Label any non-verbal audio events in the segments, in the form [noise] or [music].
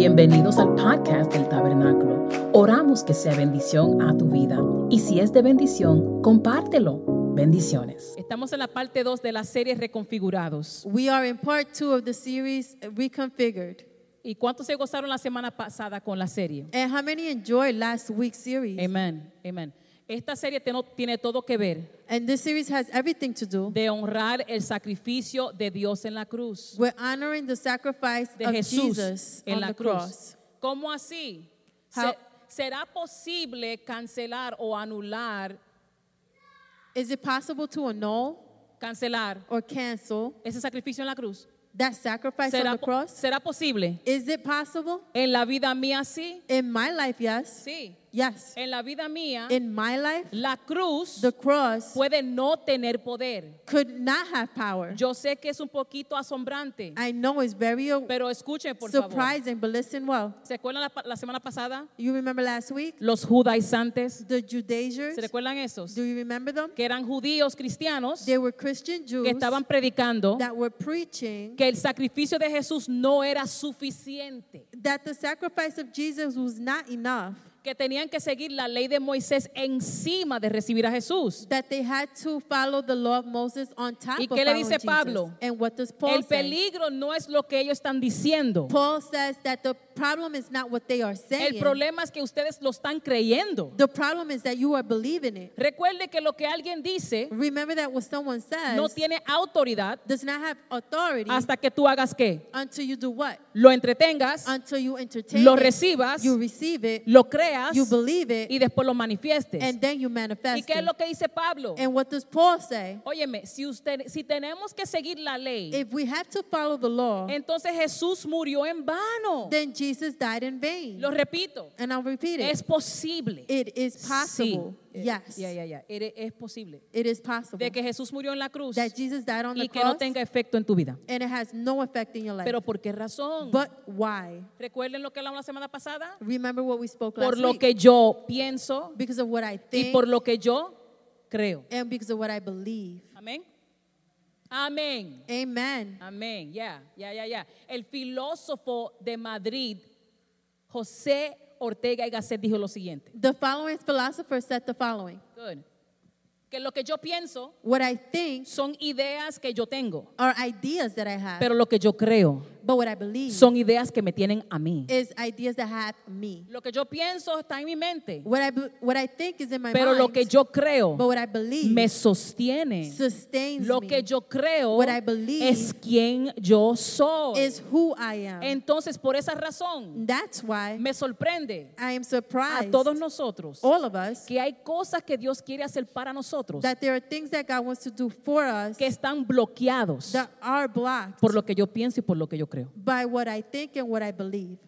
Bienvenidos al podcast del Tabernáculo. Oramos que sea bendición a tu vida y si es de bendición, compártelo. Bendiciones. Estamos en la parte 2 de la serie Reconfigurados. We are in part two of the series uh, Reconfigured. ¿Y cuántos se gozaron la semana pasada con la serie? And how many enjoyed last week's series? Amén, amén. Esta serie te- no- tiene todo que ver And this series has everything to do de honrar el sacrificio de Dios en la cruz, with honoring the sacrifice de of Jesús Jesus en on la the cruz. cross. ¿Cómo así? Se- How- ¿Será posible cancelar o anular, Is it possible to annul cancelar or cancel ese sacrificio en la cruz? that sacrifice on ¿Será, the po- cross? será posible? Is it possible? En la vida mía sí, In my life, yes. sí. Yes. En la vida mía, In my life, la cruz the cross puede no tener poder. could not have power. Yo sé que es un poquito asombrante, I know it's very uh, pero escuchen por favor. surprising, but listen well. ¿Se acuerdan la, pa- la semana pasada? You remember last week? Los judaizantes. The ¿Se Judaizers, recuerdan esos? do you remember them? Que eran judíos cristianos They were Christian Jews que estaban predicando that were preaching que el sacrificio de Jesús no era suficiente, that the sacrifice of Jesus was not enough, que tenían que seguir la ley de Moisés encima de recibir a Jesús. that they had to follow the law of Moses on top ¿Y of qué le following dice Pablo? Jesus. And what does Paul El say? peligro no es lo que ellos están diciendo. Paul says that the problem is not what they are saying. El problema es que ustedes lo están creyendo. the problem is that you are believing it. Recuerde que lo que alguien dice Remember that what someone says no tiene autoridad does not have authority hasta que tú hagas qué? until you do what? Lo entretengas, Until you entertain lo it, recibas, you receive it, lo creas you believe it, y después lo manifiestes. and then you manifest ¿Y qué es it. lo que dice Pablo? And what does Paul say? Óyeme, si usted si tenemos que seguir la ley, If we have to follow the law, entonces Jesús murió en vano. then Jesus died in vain. Lo repito, And I'll repeat es it. posible. It is Sí. possible. Eh, Yes. ya, ya, ya. Ere- Es posible It is possible de que Jesús murió en la cruz that Jesus died on y the que no cross tenga efecto en tu vida. and it has no effect in your life. Pero ¿por qué razón? But why? Recuerden lo que hablamos la semana pasada. Remember what we spoke Por last lo week. que yo pienso because of what I y think por lo que yo creo. and because of what I believe. Amén. Amén. Amen. Amén. Ya, ya, ya, ya. El filósofo de Madrid, José Ortega y Gasset, dijo lo siguiente. The following philosopher said the following Good. Que lo que yo pienso What I think son ideas que yo tengo, are ideas that I have, pero lo que yo creo but what I believe son ideas que me tienen a mí. is ideas that have me. Lo que yo pienso está en mi mente, What I, be- what I think is in my pero mind, lo que yo creo but what I believe me sostiene. sustains Lo me, que yo creo What I believe es quien yo soy. is who I am. Entonces, por esa razón, That's why me sorprende I am a surprised, todos nosotros all of us, que hay cosas que Dios quiere hacer para nosotros that there are things that God wants to do for us que están bloqueados that are blocked por lo que yo pienso y por lo que yo creo. by what I think and what I believe.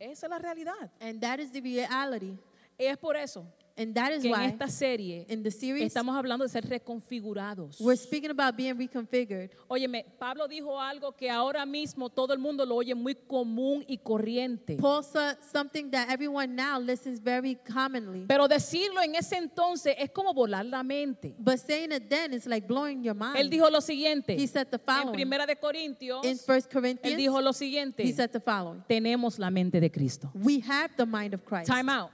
Esa es la realidad. And that is the reality. Es por eso And that is que en why esta serie in the series estamos hablando de ser reconfigurados. we're speaking about being reconfigured. Óyeme, Pablo dijo algo que ahora mismo todo el mundo lo oye muy común y corriente. Paul said something that everyone now listens very commonly. Pero decirlo en ese entonces es como volar la mente. But saying it then is like blowing your Él mind. dijo lo siguiente. He said the En following. primera de Corintios, In 1 él Corinthians, dijo lo siguiente. he said the following. Tenemos la mente de Cristo. We have the mind of Christ. Time out.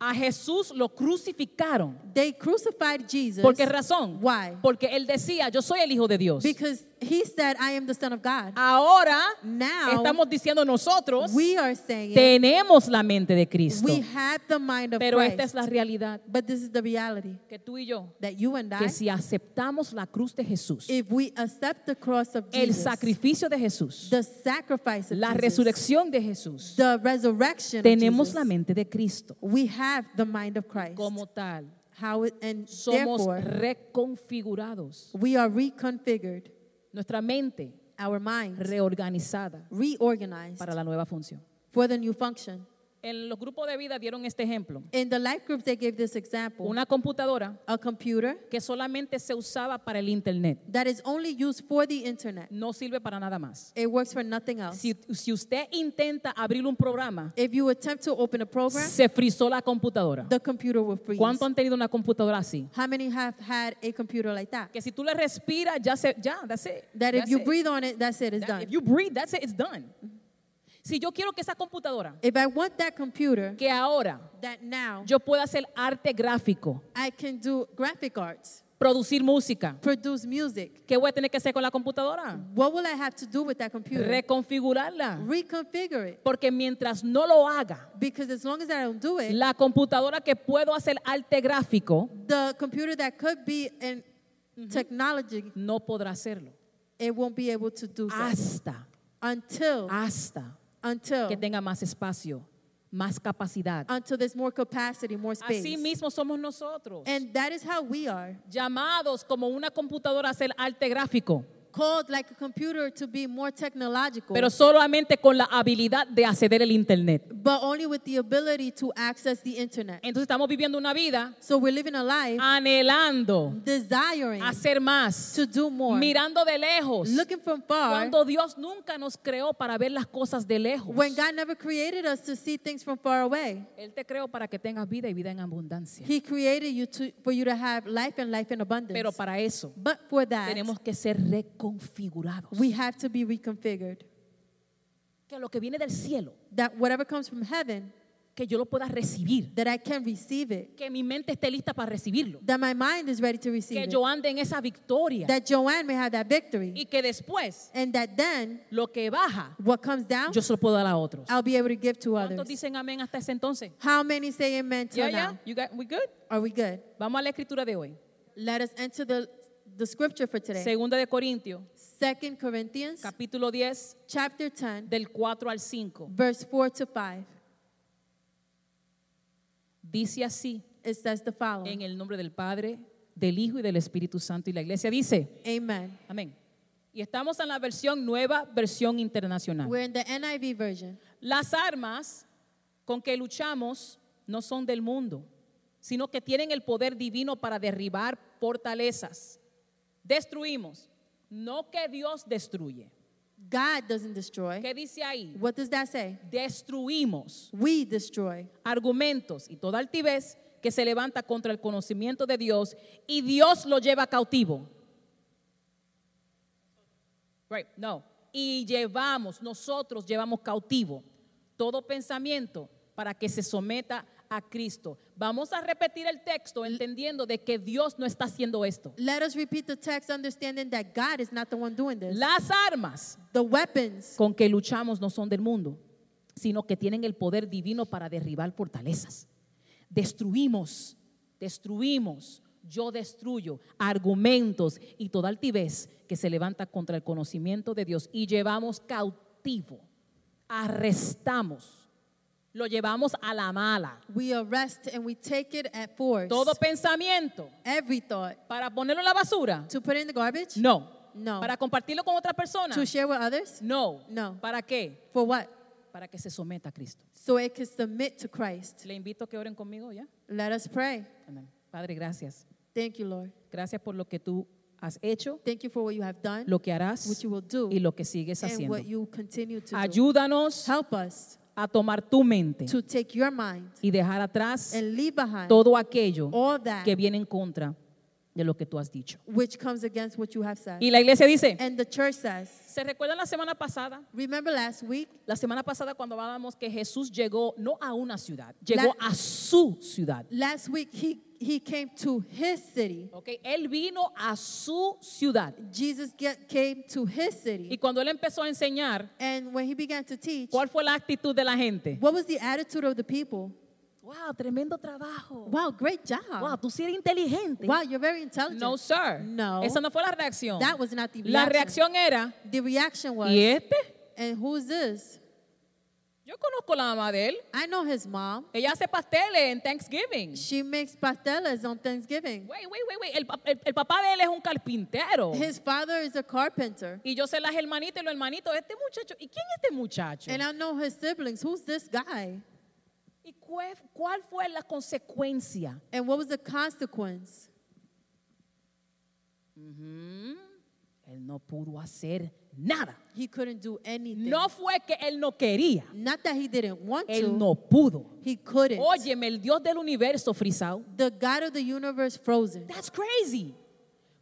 A Jesús lo crucificaron. They crucified Jesus. ¿Por qué razón? Why? Porque él decía, yo soy el Hijo de Dios. Because he said, I am the Son of God. Ahora Now, Ah, estamos diciendo nosotros, We are saying, tenemos la mente de Cristo. we have the mind of Pero Christ. esta es la realidad But this is the reality que tú y yo, that you and I, que si aceptamos la cruz de Jesús, if we accept the cross of el Jesus, sacrificio de Jesús, the sacrifice of la Jesus, resurrección de Jesús, the resurrection of tenemos Jesus, la mente de Cristo. we have the mind of Christ. Como tal, How it, and somos therefore, reconfigurados. we are reconfigured, Nuestra mente our minds reorganizada reorganized para la nueva función. for the new function. En los grupos de vida dieron este ejemplo. In the life group, they gave this example. Una computadora a computer que solamente se usaba para el internet, that is only used for the internet. no sirve para nada más. It works for nothing else. Si, si usted intenta abrir un programa, if you attempt to open a program, se frizó la computadora. the computer will freeze. ¿Cuánto han tenido una computadora así? How many have had a computer like that? Que si tú le respiras, ya se, ya, that's it. That if That's you it. breathe on it, that's it, it's That- done. if you breathe, that's it, it's done. Si yo quiero que esa computadora, If I want that computer, que ahora that now yo pueda hacer arte gráfico, I can do graphic arts, producir música, produce music, ¿qué voy a tener que hacer con la computadora? what will I have to do with that computer? Reconfigurarla. Reconfigure it. Porque mientras no lo haga, Because as long as I don't do it, la computadora que puedo hacer arte gráfico the computer that could be in Mm-hmm. technology, no podrá hacerlo. it won't be able to do so. Hasta, Until, hasta until, que tenga más espacio, más capacidad. until there's more capacity, more Así space. mismo somos nosotros. And that is how we are llamados como una computadora a hacer arte gráfico, called like a computer to be more technological, pero solamente con la habilidad de acceder al Internet. but only with the ability to access the internet. Entonces estamos viviendo una vida So we're living a life Ah. anhelando desiring hacer más, to do more, mirando de lejos, looking from far. cuando Dios nunca nos creó para ver las cosas de lejos. When God never created us to see things from far away, Él te creó para que tengas vida y vida en abundancia. He created you to, for you to have life and life in abundance. Pero para eso but for that, tenemos que ser reconfigurados. we have to be reconfigured. Que lo que viene del cielo, That whatever comes from heaven, que yo lo pueda recibir, that I can receive it, que mi mente esté lista para recibirlo, that my mind is ready to receive que it, yo ande en esa victoria. that Joanne may have that victory, y que después and that then lo que baja what comes down, yo se lo puedo dar a otros. I'll be able to give to ¿Cuántos others. dicen amén hasta ese entonces? How many say amen till Yeah, yeah. now? You got- we good? Are we good? Vamos a la escritura de hoy. Let us enter the, the scripture for today. Segunda de Corintios, Second Corinthians capítulo 10, chapter 10, del 4 al 5. verse 4 to 5. Dice así, It says the en following. el nombre del Padre, del Hijo y del Espíritu Santo. Y la iglesia dice, Amen. amén. Y estamos en la versión nueva, versión internacional. We're in the NIV version. Las armas con que luchamos no son del mundo, sino que tienen el poder divino para derribar fortalezas. Destruimos, no que Dios destruye. God doesn't destroy. ¿Qué dice ahí? What does that say? Destruimos We destroy argumentos y toda altivez que se levanta contra el conocimiento de Dios y Dios lo lleva cautivo. Right, no. Y llevamos, nosotros llevamos cautivo todo pensamiento para que se someta a Cristo. Vamos a repetir el texto entendiendo de que Dios no está haciendo esto. Let us repeat the text, understanding that God is not the one doing this. Las armas the weapons con que luchamos no son del mundo, sino que tienen el poder divino para derribar fortalezas. Destruimos, destruimos, yo destruyo argumentos y toda altivez que se levanta contra el conocimiento de Dios y llevamos cautivo, arrestamos, lo llevamos a la mala. we arrest and we take it at force. Todo pensamiento Every thought para ponerlo en la basura, to put it in the garbage, no. No. Para compartirlo con otra persona, to share with others, no. No. ¿Para qué? for what? Para que se someta a Cristo. So it can submit to Christ. Le invito a que oren conmigo ya. Let us pray. Amén. Padre, gracias. Thank you, Lord. Gracias por lo que tú has hecho, Thank you for what you have done lo que harás What you will do. y lo que sigues and haciendo. what you continue to do. Ayúdanos Help us a tomar tu mente to take your mind y dejar atrás and leave behind todo aquello all that que viene en contra de lo que tú has dicho. which comes against what you have said. Y la iglesia dice, And the church says, ¿se recuerdan la semana pasada? remember last week La semana pasada cuando hablábamos que Jesús llegó no a una ciudad, llegó a su ciudad. Last week he he came to his city. ¿ok? Él vino a su ciudad. Jesus get, came to his Y city. cuando él empezó a enseñar, And when he began to teach, ¿cuál fue la actitud de la gente? what was the attitude of the people? Wow, tremendo trabajo. Wow, great job. Wow, tú sí eres inteligente. Wow, you're very intelligent. No, sir. No. Esa no fue la reacción. That was not the la reaction. reacción era, The reaction was, ¿y este? and who's this? Yo conozco la mamá de él. I know his mom. Ella hace pasteles en Thanksgiving. She makes pastelas on Thanksgiving. Wait, wait, wait, wait. El, pa- el- el papá de él es un carpintero. His father is a carpenter. y yo sé las hermanitas y los hermanitos. Este muchacho, ¿y quién es este muchacho? And I know his siblings. Who's this guy? ¿Y cuál, cuál fue la consecuencia? And what was the consequence? Él no pudo hacer nada. He couldn't do anything. No fue que él no quería. Not that he didn't want to. Él no pudo. He couldn't. Óyeme, el Dios del universo, frisado. The God of the universe frozen. That's crazy.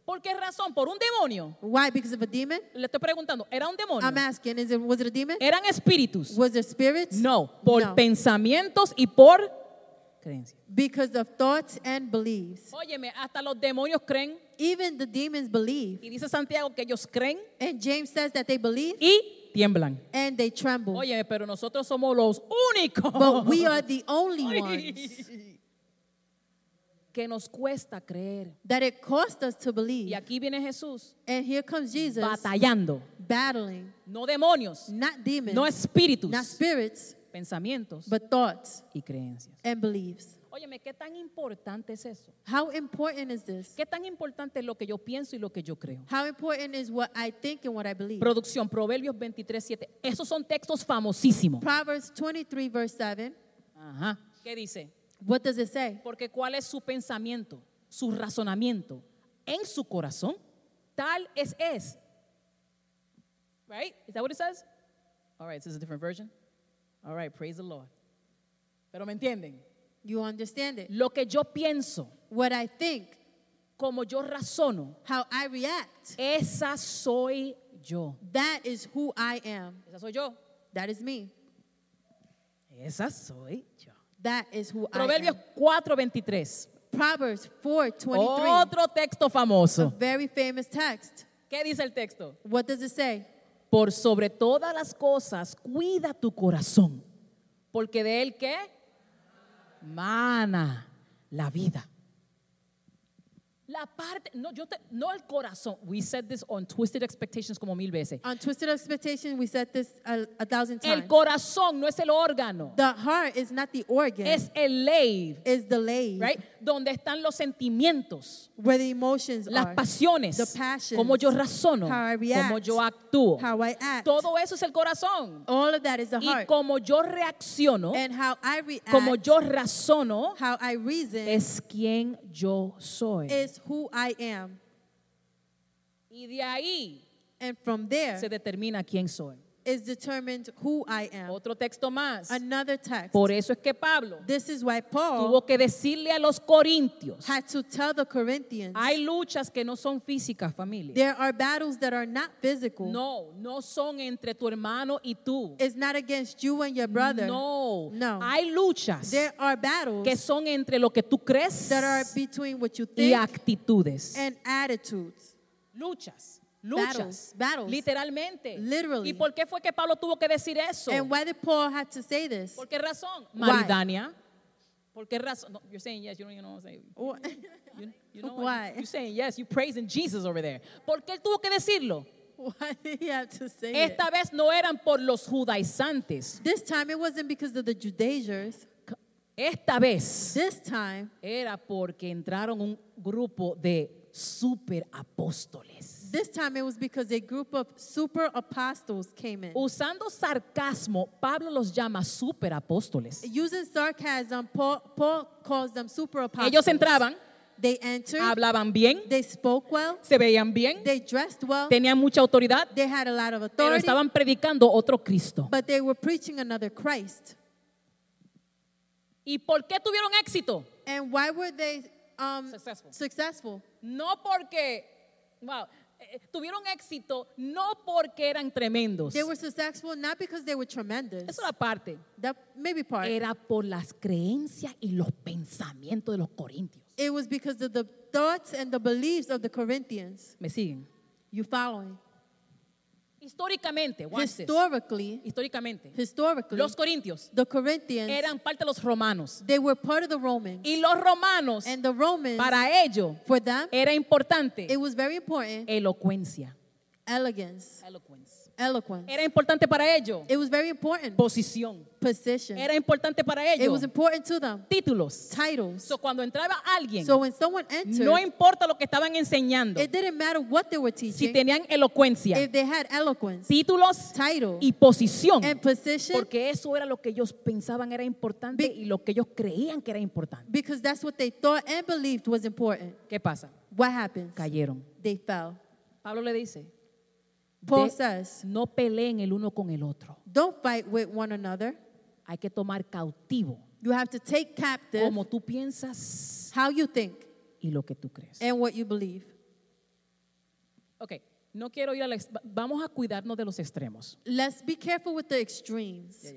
¿Por qué razón? ¿Por un demonio? Why? Because of a demon? Le estoy preguntando, ¿era un demonio? I'm asking, is it, was it a demon? ¿Eran espíritus? Was there spirits? No, por No. pensamientos y por creencias. Because of thoughts and beliefs. Óyeme, hasta los demonios creen, Even the demons believe. y dice Santiago que ellos creen And James says that they believe y tiemblan. and they tremble. Óyeme, pero nosotros somos los únicos [laughs] But we are the only Ay. ones que nos cuesta creer. that it cost us to Y believe. aquí viene Jesús And here comes Jesus batallando, battling, no demonios, not demons, no espíritus, not spirits, pensamientos but thoughts y creencias. and beliefs. Óyeme, ¿qué tan importante es eso? How important is this? ¿Qué tan importante es lo que yo pienso y lo que yo creo? How important is what I think and what I believe? Producción, Proverbios 23, 7. Esos son textos famosísimos. Proverbs 23, verse 7. Ajá. ¿Qué dice? What does it say? Porque cuál es su pensamiento, su razonamiento en su corazón, tal es es. Right? Is that what it says? All right, this is a different version. All right, praise the Lord. Pero me entienden. You understand it. Lo que yo pienso, What I think, como yo razono, how I react, esa soy yo. that is who I am. Esa soy yo. That is me. Esa soy yo. That is who Proverbios I 4:23. am. Proverbs 4, 23. Otro texto A famoso. very famous text. ¿Qué dice el texto? What does it say? Por sobre todas las cosas, cuida tu corazón, porque de él qué? Mana la vida. La parte, no, yo te- no el corazón. We said this on Twisted Expectations como mil veces. On Twisted Expectation, we said this a, a thousand El times. corazón no es el órgano, The heart is not the organ, es el ley, is the ley right? Donde están los sentimientos, where the emotions las are, the pasiones, passions, cómo yo razono, how I react, cómo yo actúo. how I act. Todo eso es el corazón. All of that is the Y heart. como yo reacciono, and how I react, como yo razono, how I reason, es quien yo soy. is who I am. Y de ahí And from there se determina quién soy. is determined who I am. Otro texto más. Another text. Por eso es que Pablo This is why Paul tuvo que decirle a los corintios, had to tell the Corinthians hay luchas que no son físicas, familia. there are battles that are not physical. No, no son entre tu hermano y tú. It's not against you and your brother. No, No. hay luchas There are battles que son entre lo que tú crees that are between what you y think actitudes. and attitudes. Luchas. Luchas, Battles, battles. literalmente. Literally. ¿Y por qué fue que Pablo tuvo que decir eso? And why did Paul have to say this? ¿Por qué razón? Why? Maridania. ¿Por qué razón? No, you're saying yes, you don't even know what I'm saying. Or- You, you know what? Why? You're saying yes, you're praising Jesus over there. ¿Por qué él tuvo que decirlo? [laughs] why did he have to say it? Esta vez no eran por los judaizantes. This time it wasn't because of the Judaizers. Esta vez This time era porque entraron un grupo de super apóstoles. This time it was because a group of super apostles came in. Usando sarcasmo, Pablo los llama super apóstoles. Using sarcasm, Paul, Paul calls them super apostles. Ellos entraban, They entered. hablaban bien, They spoke well. se veían bien, They dressed well. tenían mucha autoridad, they had a lot of pero authority. estaban predicando otro Cristo. but they were preaching another Christ. ¿Y por qué tuvieron éxito? And why were they um, Successful. successful? No porque, wow, eh, tuvieron éxito no porque eran tremendos. They Eso were successful not because they were tremendous. es la parte. that maybe part. Era por las creencias y los pensamientos de los corintios. it was because of the thoughts and the beliefs of the Corinthians. ¿Me siguen? You following? Históricamente, watch this. Historically, históricamente, historically, los corintios the Corinthians eran parte de los romanos. They were part of the Romans. Y los romanos, And the Romans, para ellos, for them, era importante it was very important elocuencia. elegance, eloquence. Era importante para ellos It was very important posición. position. Era importante para It ellos was important to them títulos. titles. So, cuando entraba alguien, So when someone entered, no importa lo que estaban enseñando, it didn't matter what they were si teaching. tenían elocuencia, If they had eloquence, títulos title, y posición, and position, porque eso era lo que ellos pensaban era importante Be- y lo que ellos creían que era importante. because that's what they thought and believed was important. ¿Qué pasa? What happens? Cayeron. They fell. Pablo le dice, Paul "De- says, no peleen el uno con el otro. don't fight with one another. Hay que tomar cautivo You have to take captive como tú piensas how you think y lo que tú crees. and what you believe. Ok, no quiero ir a la... ex- va- Vamos a cuidarnos de los extremos. Let's be careful with the extremes.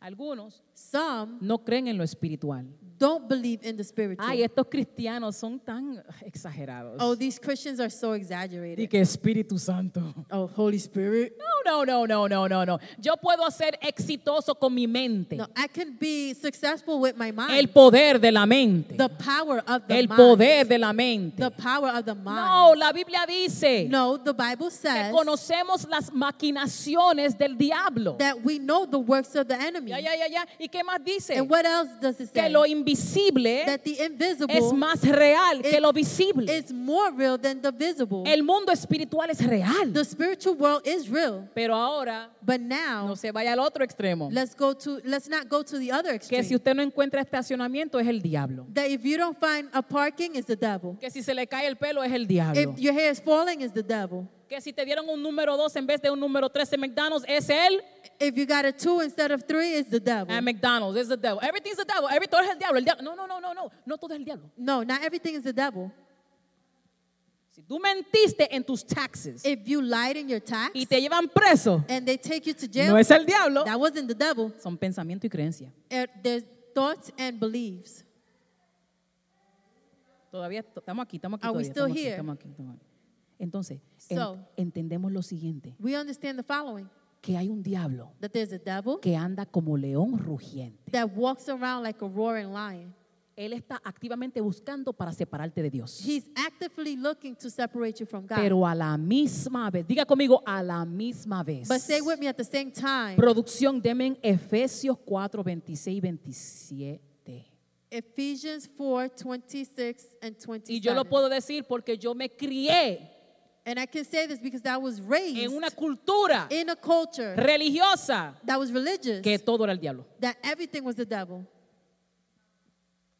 Algunos Some no creen en lo espiritual. don't believe in the spiritual. Ay, estos cristianos son tan exagerados. Oh, these Christians are so Y exaggerated. que Espíritu Santo. No, Oh, Holy Spirit. no, no, no, no, no, no. Yo puedo ser exitoso con mi mente. No, I can be successful with my El mind. poder de la mente. The power of the El mind. poder de la mente. The power of the mind. No, la Biblia dice No, the Bible que says conocemos las maquinaciones del diablo. that we know the works of the enemy. Ya, ya, ya, ya. ¿Y qué más dice? And what else does it Que say? lo invisible That the es invisible más real que is- lo visible. is more real than the visible. El mundo espiritual es real. The spiritual world is real. Pero ahora But now, no se vaya al otro extremo. let's go to let's not go to the other Que extreme. si usted no encuentra estacionamiento es el diablo. that if you don't find a parking, it's the devil. Que si se le cae el pelo es el diablo. If your hair is falling, it's the devil. Que si te dieron un número 2 en vez de un número 3 en McDonald's es el If you got a two instead of three, it's the devil. And McDonald's es el devil. Everything's the devil. Every, todo es el diablo. El diablo. No, no, no, no, no. No todo es el diablo. no, not everything is the devil. Si tú mentiste en tus taxes If you lied in your tax y te llevan preso, and they take you to jail, no es el diablo. that wasn't the devil. Son pensamiento y creencia. Eh, There's thoughts and beliefs. Todavía t- estamos aquí, estamos aquí. Are we todavía, estamos, aquí still here? estamos aquí, estamos aquí. Entonces, en- So- entendemos lo siguiente, We understand the following: que hay un diablo that there's a devil que anda como león rugiente. that walks around like a roaring lion. Él está activamente buscando para separarte de Dios. He's actively looking to separate you from God. Pero a la misma vez, diga conmigo, a la misma vez. but say with me at the same time, Producción, denme en Efesios 4, 26 y 27. Ephesians 4 26 and 27. Y yo lo puedo decir porque yo me crié and I can say this because I was raised en una cultura in a culture religiosa that was religious, que todo era el diablo. that everything was the devil.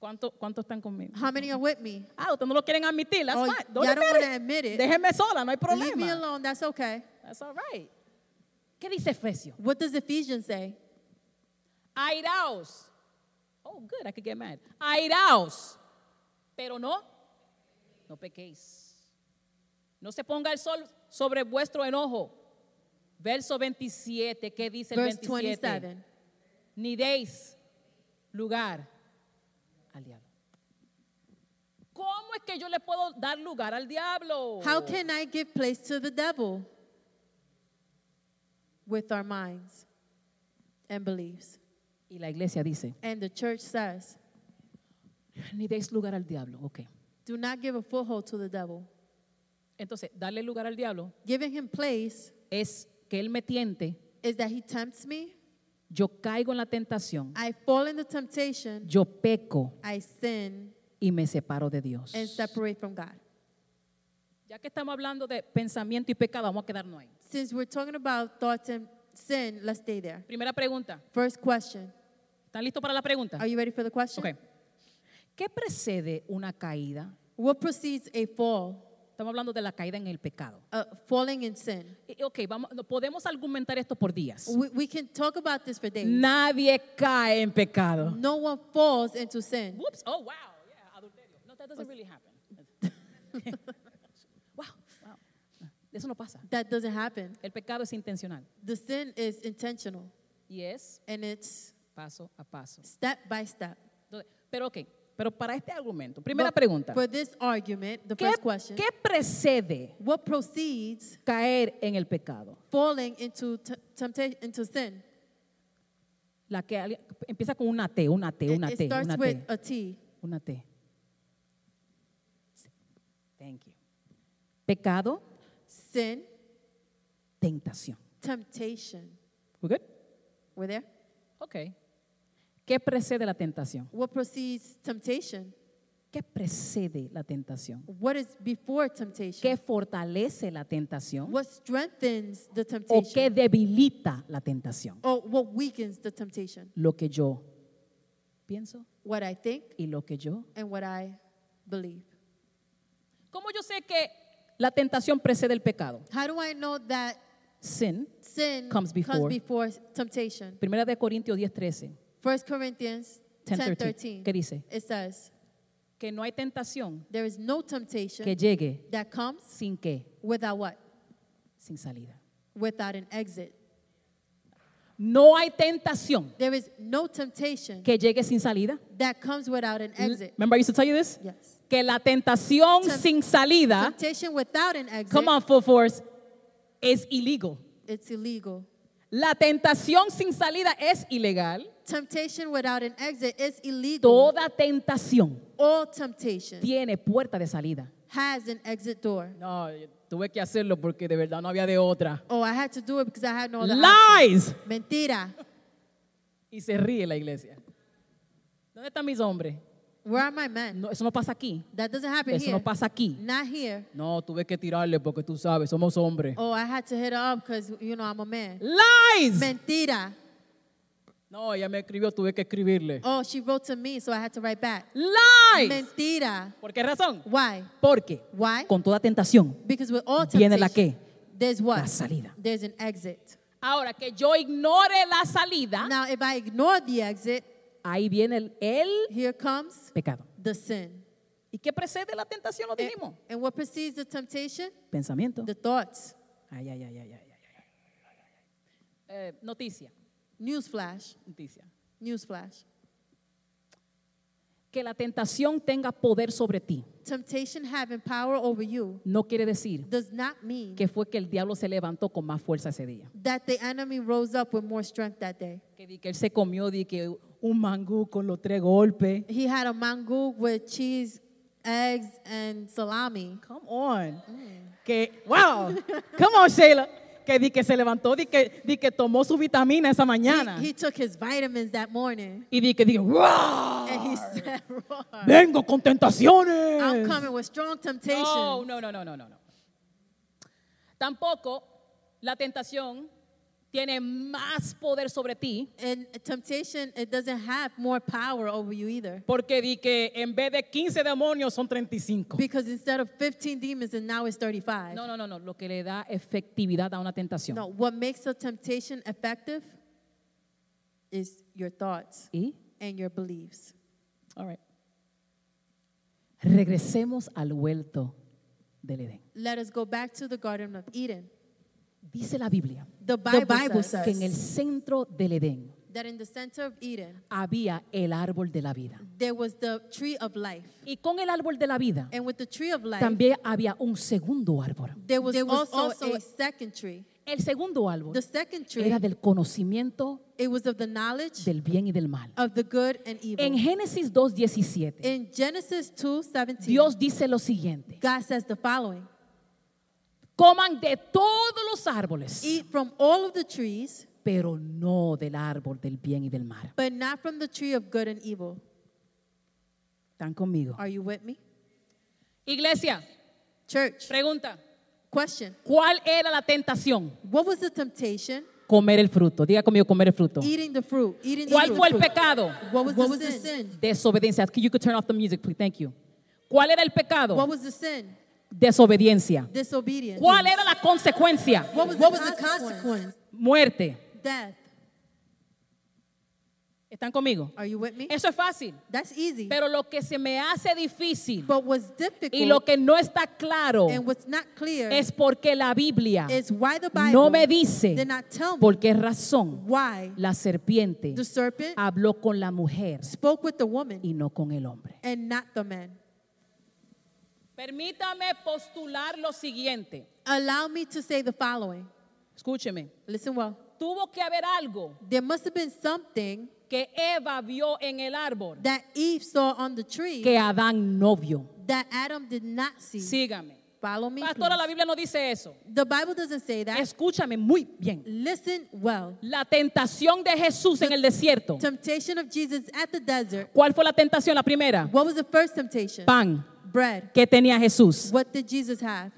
¿Cuánto- ¿Cuántos están conmigo? How many are with me? Ah, ustedes no lo quieren admitir. That's Oh, fine. y'all Don't don't admit wanna it. admit it. Déjenme sola, no hay Leave me problema. alone, that's okay. That's all right. ¿Qué dice Efesios? What does Ephesians say? Airaos. Oh, good, I could get mad. Airaos. Pero no, no pequéis. No se ponga el sol sobre vuestro enojo. Verso 27, ¿qué dice el Verse 27? 27. Ni deis lugar al diablo. ¿Cómo es que yo le puedo dar lugar al diablo? How can I give place to the devil? With our minds and beliefs. y la iglesia dice, And the church says, ni deis lugar al diablo. Ok. do not give a foothold to the devil. Entonces, darle lugar al diablo Giving him place es que él me tiente is that he tempts me. Yo caigo en la tentación, I fall into temptation. yo peco I sin y me separo de Dios. and separate from God. Ya que estamos hablando de pensamiento y pecado, vamos a quedarnos ahí. Since we're talking about thoughts and sin, let's stay there. Primera pregunta. First question. ¿Están listos para la pregunta? Are you ready for the question? Ok. ¿Qué precede una caída? What precedes a fall? Estamos hablando de la caída en el pecado. Uh, falling in sin. Y- Ok, vamos, no, podemos argumentar esto por días. We, we can talk about this for days. Nadie cae en pecado. No one falls into sin. Whoops, oh wow, yeah, adulterio. No, that doesn't really [laughs] happen. wow, wow. Eso no pasa. That doesn't happen. El pecado es intencional The sin is intentional y es and it's paso a paso. step by step. Entonces, Pero ok, pero para este argumento, primera But pregunta. For this argument, the ¿Qué, first question, qué precede what proceeds caer en el pecado? falling into t- temptation, into sin? La que alguien- empieza con una T, una T, It, Eh, una it T, starts una with T, a T. una T. Thank you. Pecado, Sin, tentación. temptation. We good? We're there? Ok. ¿Qué precede la tentación? What proceeds temptation? ¿Qué precede la tentación? What is before temptation? ¿Qué fortalece la tentación? What strengthens the ¿O qué temptation? debilita la tentación? Or what weakens the temptation? Lo que yo pienso What I think y lo que yo and what I believe. ¿Cómo yo sé que la tentación precede el pecado? How do I know that Sin. sin Comes before. temptation? Primera de Corintios 10:13. 1 Corinthians 10, 10 13. ¿Qué dice? It says, que no hay tentación There is no temptation que llegue that comes sin que, without what? sin salida. Without an exit. No hay tentación There is no temptation que llegue sin salida. that comes without an exit. Remember I used to tell you this? Yes. Que la tentación Tem- sin salida, Temptation without an exit, come on full force, es illegal. it's illegal. La tentación sin salida es ilegal. Temptation without an exit is illegal. Toda tentación All temptation tiene puerta de salida. has an exit door. No, yo tuve que hacerlo porque de verdad no había de otra. Oh, I had to do it because I had no other option. Lies. Mentira. Y se ríe la iglesia. ¿Dónde están mis hombres? Where are my men? No, eso no pasa aquí. That doesn't happen Eso here. no pasa aquí. Not here. No, tuve que tirarle porque tú sabes, somos hombres. Oh, I had to hit her up because, you know, I'm a man. Lies. Mentira. No, ella me escribió, tuve que escribirle. Oh, she wrote to me, so I had to write back. Lies. Mentira. ¿Por qué razón? Why? Porque Why? con toda tentación. Because with all Viene temptation, la qué? there's what? La salida. There's an exit. Ahora que yo ignore la salida, Now, if I ignore the exit, ahí viene el, el here comes pecado. the sin. ¿Y qué precede la tentación? Lo And, dijimos. and what precedes the temptation? Pensamiento. Eh, The thoughts. Ay, ay, ay, ay, ay, ay, ay, ay, ay, ay. Eh, noticia, Newsflash. noticia. Newsflash. Que la tentación tenga poder sobre ti Temptation having power over you no quiere decir does not mean que fue que el diablo se levantó con más fuerza ese día. that the enemy rose up with more strength that day. Que, di que él se comió di que un mangú con los tres golpes. He had a mango with cheese, eggs, and salami. Come on. Mm. Que, wow. Come on, Sheila. Que di que se levantó, di que, di que tomó su vitamina esa mañana. He, he took his vitamins that morning y di que di, wow. and he said, [laughs] Roar, Vengo con tentaciones. I'm coming with strong temptation. No, no, no, no, no, no, no. Tampoco la tentación tiene más poder sobre ti And temptation, it doesn't have more power over you either. porque di que en vez de 15 demonios son 35. Because instead of 15 demons, and now it's 35. No, no, no, no. Lo que le da efectividad a una tentación. No, what makes a temptation effective is your thoughts Y, and your beliefs. all right. Regresemos al huerto del Edén. Let us go back to the Garden of Eden. Dice la Biblia The Bible, Bible says que en el centro del Edén that in the center of Eden, había el árbol de la vida. there was the tree of life. Y con el árbol de la vida And with the tree of life, también había un segundo árbol. there was, There was also, also a, a- second tree. El segundo árbol The second tree, era del conocimiento it was of the knowledge del bien y del mal. of the good and evil. En Génesis 2.17, in Genesis 2 17, Dios dice lo siguiente, God says the following coman de todos los árboles, Eat from all of the trees, pero no del árbol del bien y del mal. but not from the tree of good and evil. ¿Están conmigo? Are you with me? Iglesia, Church, pregunta, question. ¿cuál era la tentación? What was the temptation? Comer el fruto, diga conmigo comer el fruto. Eating the fruit. Eating the ¿Cuál fruit. fue el pecado? What was, What the, was the sin? sin? Desobediencia. You could turn off the music, please. Thank you. ¿Cuál era el What pecado? was the sin? Desobediencia. Disobedience. ¿Cuál era la consecuencia? What was, What the, was the consequence? consequence? Muerte. Death. ¿Están conmigo? Are you with me? Eso es fácil. That's easy. Pero lo que se me hace difícil but what's difficult y lo que no está claro and what's not clear es porque la Biblia is why the Bible no me dice did not tell me por qué razón why la serpiente the serpent habló con la mujer spoke with the woman y no con el hombre. and not the man. Permítame postular lo siguiente. Allow me to say the following. Escúcheme. Listen well. Tuvo que haber algo There must have been something que Eva vio en el árbol that Eve saw on the tree que Adán no vio. that Adam did not see. Sígame. Follow me. Pastora, please. la Biblia no dice eso. The Bible doesn't say that. Escúchame muy bien. Listen well. La tentación de Jesús en el desierto. Temptation of Jesus at the desert. ¿Cuál fue la tentación? La primera. What was the first temptation? Pan. Bread. ¿Qué tenía Jesús? What did Jesus have?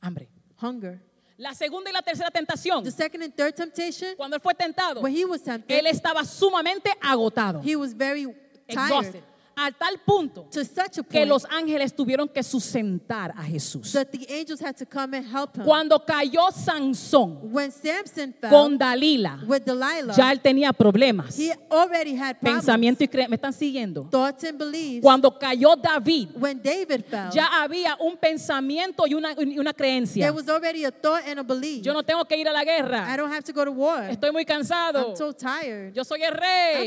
Hambre. Hunger. La segunda y la tercera tentación. The second and third temptation, Cuando él Pues fue tentado, when he was tempted, él estaba sumamente agotado. he was very tired. Exhausted. a tal punto to such a que point los ángeles tuvieron que sustentar a Jesús. that the angels had to come and help him. Cuando cayó Sansón when Samson fell con Dalila, with Delilah, ya él tenía problemas. he already had problems, Pensamiento y creencia. ¿Me están siguiendo? thoughts and beliefs. Cuando cayó David, when David fell, ya había un pensamiento y una, y una creencia. there was already a thought and a belief. Yo no tengo que ir a la I guerra. don't have to go to war. Estoy muy cansado. I'm so tired. Yo soy el I'm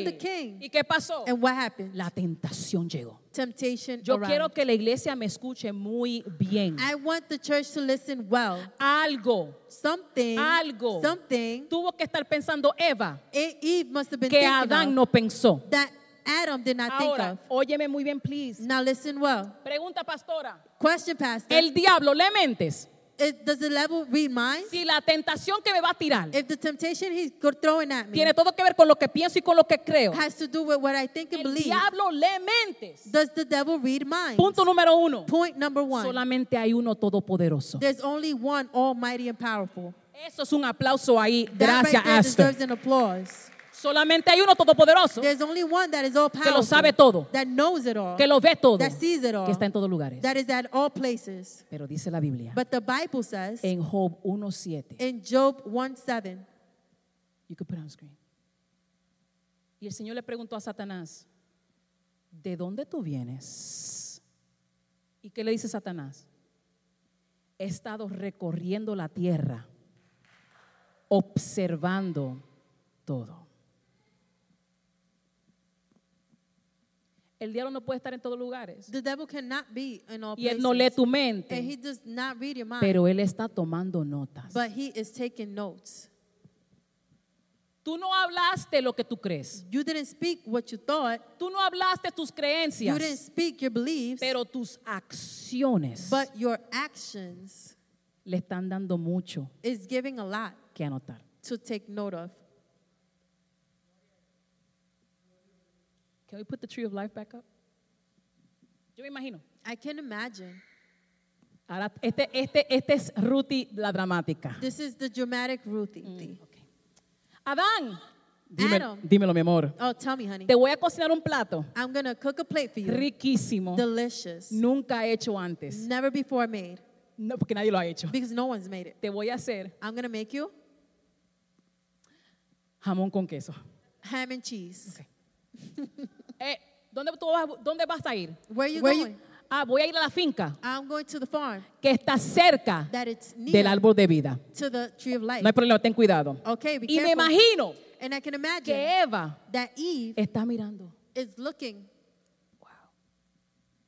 the rey. king. ¿Y qué pasó? and what happened? La tentación llegó. Temptation Yo arrived. quiero que la iglesia me escuche muy bien. I want the church to listen well. Algo Something, Algo. something tuvo que estar pensando Eva E- Eve must have been que thinking Adán of no pensó. that Adam did not Ahora, think of. óyeme muy bien, please. Now listen well. Pregunta, pastora. Question, Pastor. El diablo, le mentes. Is- does the level read minds? Si la tentación que me va a tirar If the temptation he's go- throwing at me tiene todo que ver con lo que pienso y con lo que creo, has to do with what I think and el believe, diablo, le mentes. does the devil read minds? Punto número uno. Point number one. Solamente hay uno todopoderoso. There's only one almighty and powerful. Eso es un aplauso ahí. That Gracias, right there Astor. deserves an applause. Solamente hay uno todopoderoso There's only one that is all lo powerful. sabe todo. That knows it all. que lo ve todo, That sees it all. que está en todos lugares. That is at all places. Pero dice la Biblia But the Bible says en Job 1:7. in Job 1 7, You could put it on screen. Y el Señor le preguntó a Satanás, ¿de dónde tú vienes? ¿Y qué le dice Satanás? He estado recorriendo la tierra, observando todo. El diablo no puede estar en todos lugares. the devil cannot be in all Y él places. no lee tu and he mente, does not read your mind. pero él está tomando notas. but he is taking notes. Tú no hablaste lo que tú crees. You didn't speak what you thought. Tú no hablaste tus You didn't creencias. speak your beliefs, Pero tus acciones but your actions le están dando mucho is giving a lot que anotar. to take note of. Can we put the tree of life back up? Yo me imagino. I can imagine. Ahora, este, este, este es Ruti la dramática. This is the dramatic Ruthie. thing. Ok. Adán, dime- Adam. dímelo, mi amor. Oh, tell me, honey. Te voy a cocinar un plato I'm gonna cook a plate for you. riquísimo, Delicious. nunca hecho antes, Never before made. no, porque nadie lo ha hecho. Because no one's made it. Te voy a hacer I'm gonna make you jamón con queso. ham and cheese. Ok. Eh, ¿dónde, tú vas, ¿Dónde vas a ir? Where are you Where you- going? ah, voy a ir a la finca I'm going to the farm que está cerca that it's near del árbol de vida. to the tree of life. No hay problema, ten cuidado. Okay, be Y me careful. imagino and I can imagine que Eva that Eve está mirando. is looking.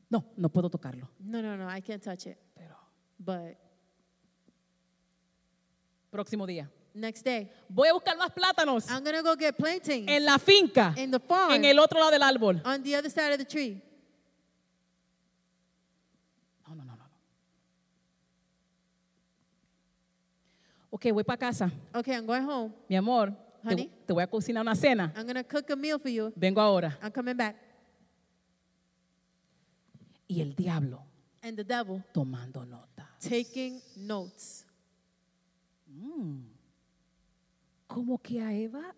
No, no puedo tocarlo. No, no, no, I can't touch it. Pero But próximo día. next day, Voy a buscar más plátanos I'm gonna go get plantains en la finca, in the farm en el otro lado del árbol. on the other side of the tree. No, no, no, no. no. Ok, voy para casa. Okay, I'm going home. Mi amor, te, Honey. te voy a cocinar una cena. I'm gonna cook a meal for you. Vengo ahora. I'm coming back. Y el diablo And the devil tomando nota. taking notes. ¿Cómo que a Eva?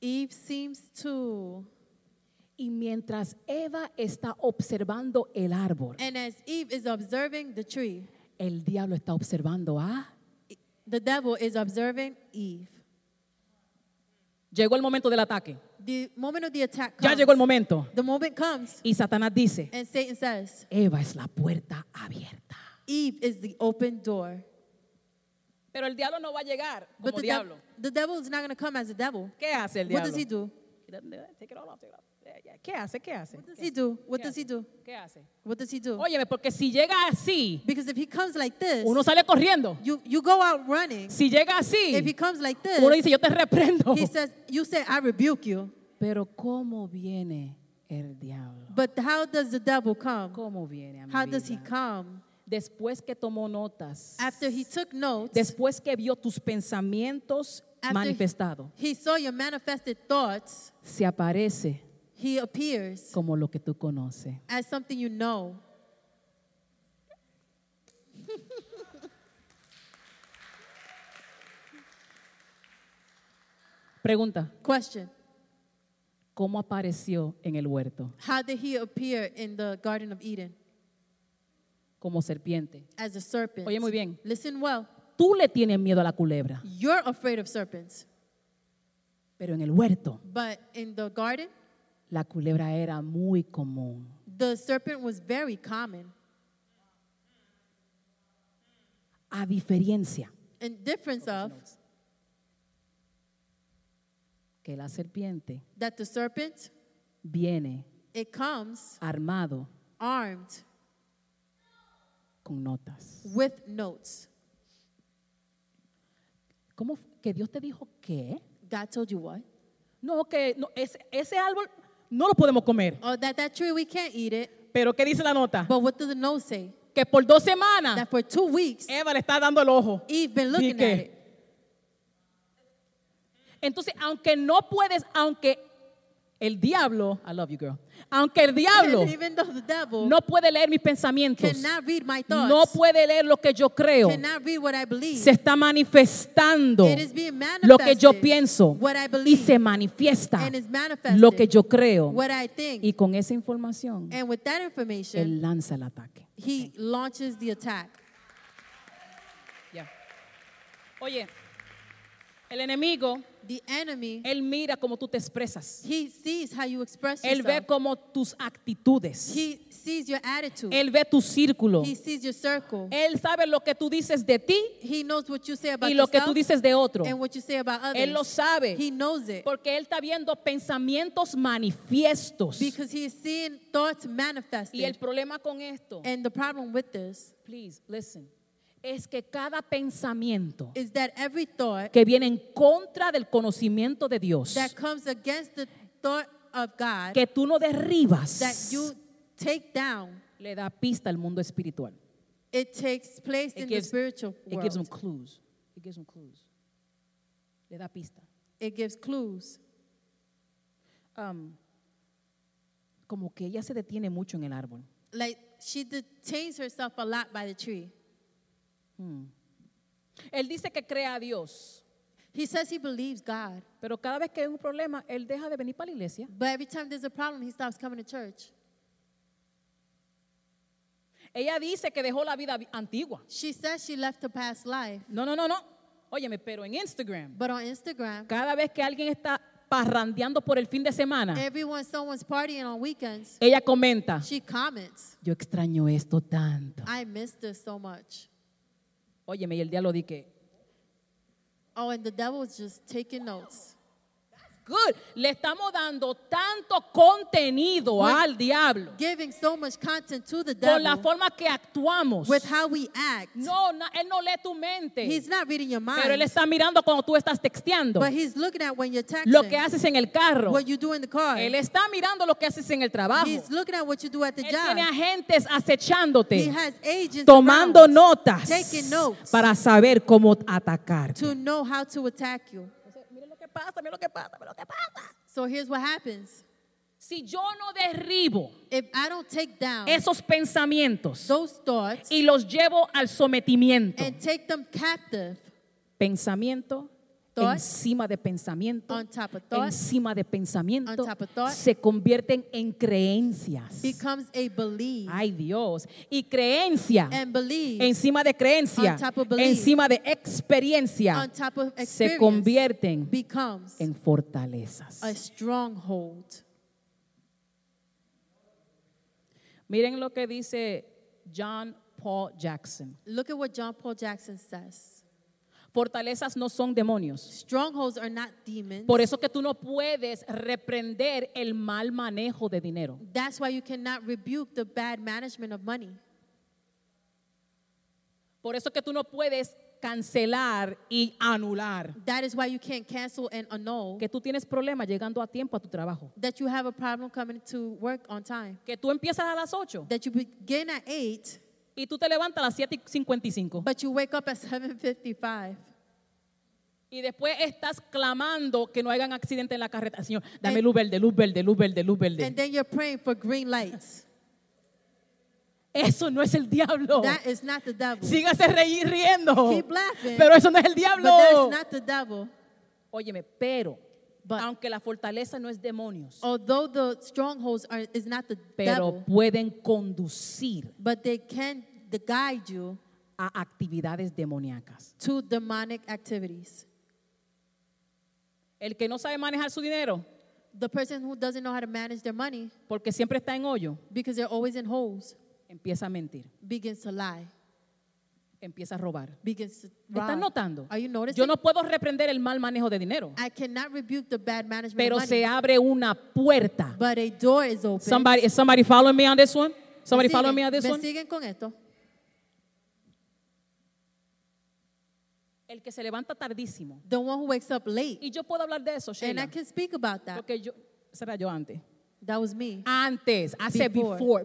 Eve seems to, Y mientras Eva está observando el árbol, and as Eve is observing the tree, el diablo está observando a... the devil is observing Eve. Llegó el momento del ataque. The moment of the attack Ya comes. llegó el momento. The moment comes, Y Satanás dice, and Satan says, Eva es la puerta abierta. Eve is the open door. Pero el diablo no va a llegar But the, devil, the devil is not going to come as a devil. ¿Qué hace el What diablo? does he do? Take it all off, take it off. Yeah, yeah. ¿Qué hace? ¿Qué hace? What does he do? What ¿Qué does he hace? do? ¿Qué hace? What does he do? Óyeme, porque si llega así, Because if he comes like this, uno sale corriendo. you, you go out running. Si llega If he así, comes like uno this, dice, yo te reprendo. he says, You say, I rebuke you. Pero ¿cómo viene el diablo? But how does the devil come? ¿Cómo viene a mi How does he vida? come? Después que tomó notas, After he took notes, después que vio tus pensamientos after manifestados, he saw your manifested thoughts, se aparece he appears como lo que tú conoces. as something you know. Pregunta, Question cómo apareció en el huerto How did he appear in the Garden of Eden? como serpiente. As a serpent. Oye, muy bien. Listen well. Tú le tienes miedo a la culebra, You're afraid of serpents, pero en el huerto but in the garden, la culebra era muy común. the serpent was very common. A diferencia And difference of que la serpiente that the serpent, viene it comes armado armed con notas. with notes. ¿Cómo f- que Dios te dijo que? God told you what? No, que no, ese, ese árbol no lo podemos comer. Oh, that, that tree, we can't eat it. Pero ¿qué dice la nota? But what does the note say? Que por dos semanas That for two weeks, Eva le está dando el ojo. Eve been ¿Y looking at qué? it. Entonces, aunque no puedes, aunque el diablo, I love you girl, aunque el [laughs] diablo Even though the devil no puede leer mis pensamientos, cannot read my thoughts, no puede leer lo que yo creo, cannot read what I believe. se está manifestando It is being lo que yo manifested, pienso what I y believe, se manifiesta and it's manifested, lo que yo creo. what I think. Y con esa información, and with that information, él lanza el ataque. he launches the attack. Oye, el enemigo, The enemy, él mira cómo tú te expresas. he sees how you express Él ve yourself. como tus actitudes. He sees your attitude. Él ve tu círculo. He sees your circle. Él sabe lo que tú dices de ti He knows what you say about y lo que tú yourself dices de otro. and what you say about others. Él lo He sabe knows it porque él está viendo pensamientos manifiestos. because he is seeing thoughts manifested. Y el problema con esto, and the problem with this please listen, es que cada pensamiento is that every thought que viene en contra del conocimiento de Dios, that comes against the thought of God que tú no derribas, that you take down, le da pista al mundo espiritual. it takes place It in gives- the spiritual It gives them world. clues. It gives them clues. Le da pista. It gives clues. Um, como que ella se detiene mucho en el árbol. Like she detains herself a lot by the tree. Él dice que crea a Dios, He says he believes God, pero cada vez que hay un problema, él deja de venir para la iglesia. but every time there's a problem, he stops coming to church. Ella dice que dejó la vida vi- antigua. She says she left her past life, No, no, no, no. Óyeme, pero en Instagram, but on Instagram, cada vez que alguien está parrandeando por el fin de semana, everyone, someone's partying on weekends. ella comenta, She comments, yo extraño esto tanto. I miss this so much. Óyeme, y el diablo dice que, Oh, and the devil's just taking notes. good, le estamos dando tanto contenido Bueno, al diablo Giving so much content to the con la devil forma que actuamos. with how we act. No, na- él no lee tu mente. He's not reading your Pero él mind, está mirando cuando tú estás texteando, but he's looking at when you're lo que texting, haces en el carro. what you do in the car. Él está mirando lo que haces en el trabajo. Él He's looking at what you do at the job. tiene agentes He acechándote, has agents tomando around notas taking notes. para saber cómo atacar. to know how to attack you. Mira lo que pasa, mira lo que pasa, mira lo que pasa. So here's what happens. Si yo no derribo If I don't take down esos pensamientos those thoughts y los llevo al sometimiento, and take them captive, pensamiento Thought. encima de pensamiento On top of thought. encima de pensamiento On top of thought. se convierten en creencias becomes a belief. ay Dios y creencia And belief encima de creencia On top of belief. encima de experiencia on top of se experience convierten becomes en fortalezas a stronghold. miren lo que dice John Paul Jackson Look at what John Paul Jackson says. fortalezas no son demonios Strongholds are not demons. por eso que tú no puedes reprender el mal manejo de dinero That's why you cannot rebuke the bad management of money. Por eso que tú no puedes cancelar y anular. That is why you can't cancel and annul. Que tú tienes problemas llegando a tiempo a tu trabajo. That you have a problem coming to work on time. Que tú empiezas a las 8 That you begin at 8, y tú te levantas a las 7 y 55. but you wake up at 7.55. Y después estás clamando que no hagan accidente en la carretera. Señor, dame luz verde, luz verde, luz verde, luz And verde. then you're praying for green lights. Eso no es el diablo. That is not the devil. Sígase reí- riendo. Keep laughing. Pero eso no es el But that is diablo. not the devil. Óyeme, pero But- aunque la fortaleza no es demonios, Although the strongholds are, is not the Oh, pero devil, pueden conducir but they can the guide you a actividades demoníacas. to demonic activities. El que no sabe manejar su dinero, The person who doesn't know how to manage their money porque siempre está en hoyo, because they're always in holes empieza a mentir, begins to lie, empieza a robar. begins to ¿Están rob. notando? Are you noticing? Yo no puedo reprender el mal manejo de dinero, I cannot rebuke the bad management pero of se money, abre una puerta. but a door is open. Somebody, is somebody following me on this one? Somebody Me following siguen, me on this me one? siguen con esto. El que se levanta tardísimo. The one who wakes up late. Y yo puedo hablar de eso, And I Sheila, can speak about that. porque yo, esa era yo antes. That was me. Antes, I said before,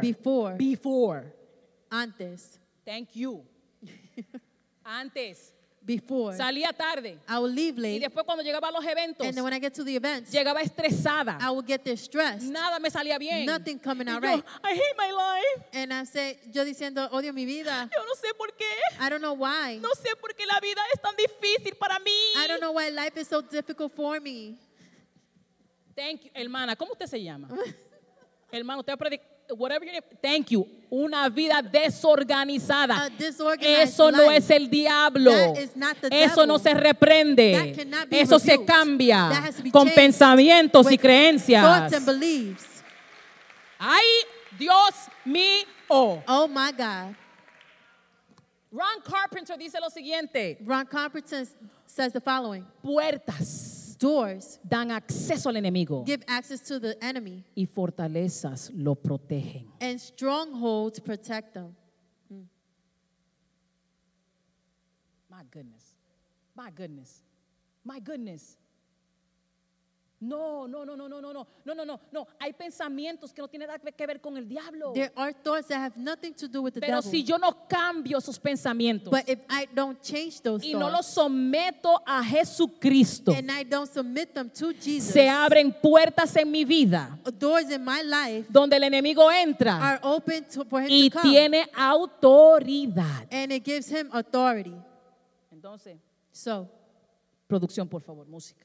before, Before. before. Antes. Thank [laughs] you. Antes, Before. salía tarde I will leave y late. después cuando llegaba a los eventos, And then when I get to the events, llegaba estresada. I will get there stressed. Nada me salía bien. Nothing coming Y out yo, right. I hate my life. And I say, yo diciendo, odio mi vida. Yo no sé por qué. I don't know why. No sé por qué la vida es tan difícil para mí. I don't know why life is so difficult for me. Thank you, hermana. ¿Cómo usted se [laughs] llama? Hermano, usted predica. Whatever your name- Thank you. Una vida desorganizada. A disorganized Ah. Eso no life. es el diablo. That is not the Eso devil. no se reprende. That cannot be Eso se rebuked. cambia That has to be con changed pensamientos y with Thoughts and Oh, creencias. beliefs. Ay, Dios mío. Oh my God. Ron Carpenter dice lo siguiente: Ron Comperton says the following puertas Doors dan acceso al enemigo give access to the enemy, y fortalezas lo protegen. and strongholds protect them. My goodness. My goodness. My goodness. No, no, no, no, no, no, no, no, no, no, no. Hay pensamientos que no tienen nada que ver con el diablo. There are thoughts that have nothing to do with the Pero devil. si yo no cambio esos pensamientos but if I don't change those y no los thoughts someto a Jesucristo, and I don't submit them to Jesus, se abren puertas en mi vida doors in my life donde el enemigo entra are open to, for him y to come, tiene autoridad. and it gives him authority. Entonces, So producción, por favor, música.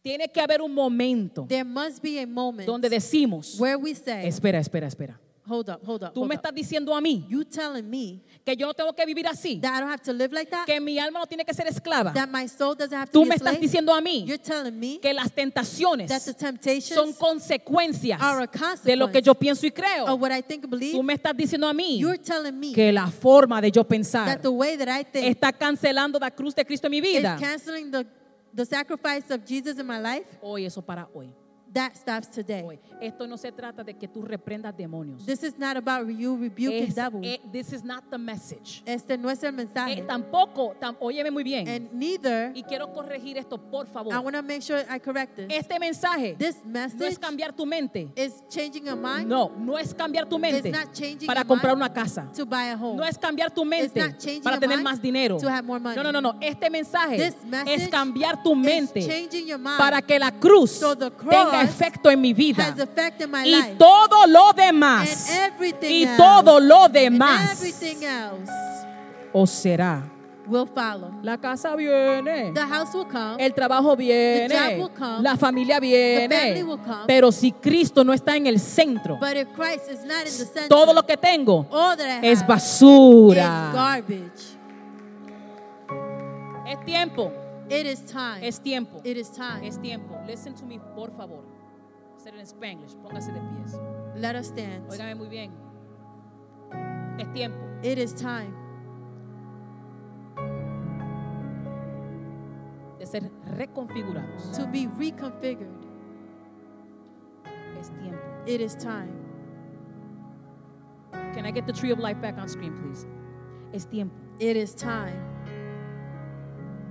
Tiene que haber un momento there must be a moment donde decimos, where we say, Espera, espera, espera. "Hold up, hold up, Tú hold me up. estás diciendo a mí You telling me que yo no tengo que vivir así, that I don't have to live like that? que mi alma no tiene que ser esclava. That my soul doesn't have to Tú be me a estás slave? diciendo a mí You're telling me que las that the tentaciones son temptations consecuencias are a de lo que yo pienso y of creo. what I think and believe? Tú me estás diciendo a mí You're telling me que la forma de yo pensar that the way that I think está cancelando la cruz de Cristo en mi is vida. canceling the, the sacrifice of Jesus in my life? Hoy eso para hoy. That stops today. Hoy. Esto no se trata de que tú reprendas demonios. This is not about you rebuking Es- devil. eh, this is not the message. este no es el mensaje. Eh, tampoco, tam- óyeme muy bien. and neither, Y quiero corregir esto, por favor. I want to make sure I correct this. Este mensaje This no es message cambiar tu mente. is changing your mind No, no es cambiar tu mente It's not changing para your comprar mind una casa. to buy a home. No es cambiar tu mente not changing para your tener mind más dinero. to have more money. No, no, no, no. Este mensaje This message es cambiar tu is mente changing your mind para que la cruz so the cross tenga efecto en mi vida. has affected my Y life. todo lo demás, And everything y else. todo lo And demás, everything else o será. will follow. La casa viene. The house will come. El trabajo The job viene, will come. la familia The family viene, will come. pero si Cristo no está en el centro, but if Christ is not in the center, todo lo que tengo all that I es have is basura. garbage. Es tiempo, It is time. es tiempo, it is time. es tiempo. Listen to me, por favor. Ser en Spanish, póngase de pies. Let us stand. Óigame muy bien. Es tiempo. It is time de ser reconfigurados. to be reconfigured. Es tiempo. It is time. Can I get the tree of life back on screen, please? Es tiempo It is time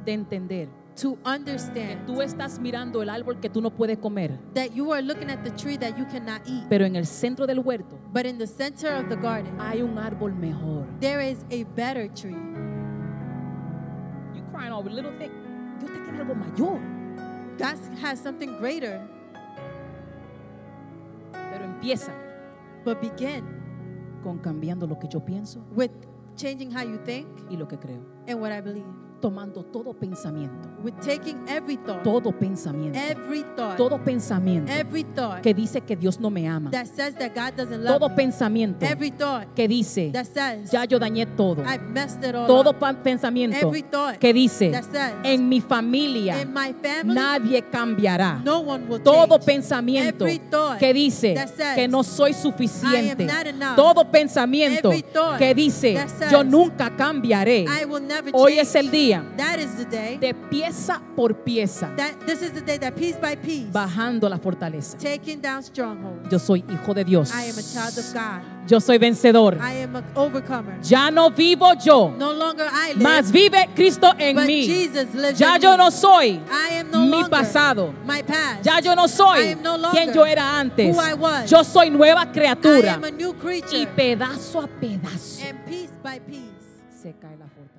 de entender to que understand tú estás mirando el árbol que tú no puedes comer. that you are looking at the tree that you cannot eat. Pero en el centro del huerto But in the center of the garden, hay un árbol mejor. there is a better tree. You crying over little thing. Dios te tiene algo mayor. God has something greater. Pero empieza But begin con cambiando lo que yo pienso with changing how you think y lo que creo. and what I believe. tomando todo pensamiento, with taking every thought, todo pensamiento, every thought, todo pensamiento every thought que dice que Dios no me ama, that says that God doesn't todo love me, pensamiento every thought que dice that says ya yo dañé todo, I've messed it all todo up, pa- pensamiento every thought que dice that says en mi familia in my family nadie cambiará. no one will Todo change. pensamiento Every thought que dice that says, que no soy suficiente. I am not enough. Todo pensamiento Every thought que dice that says, yo nunca cambiaré. I will never Hoy change. es el día That is the day. de pieza por pieza That this is the day that piece by piece, bajando la fortaleza. taking down strongholds. Yo soy hijo de Dios. I am a child of God. Yo soy vencedor. I am an overcomer. Ya no vivo yo, No longer I live, mas vive Cristo en but mí. Jesus lives Ya in yo me. no soy I am no mi longer pasado. my past. Ya yo no I soy am no longer quien yo era antes. who I was. Yo soy nueva I criatura. am a new creature. Y pedazo a pedazo and piece by piece. se cae la fortaleza.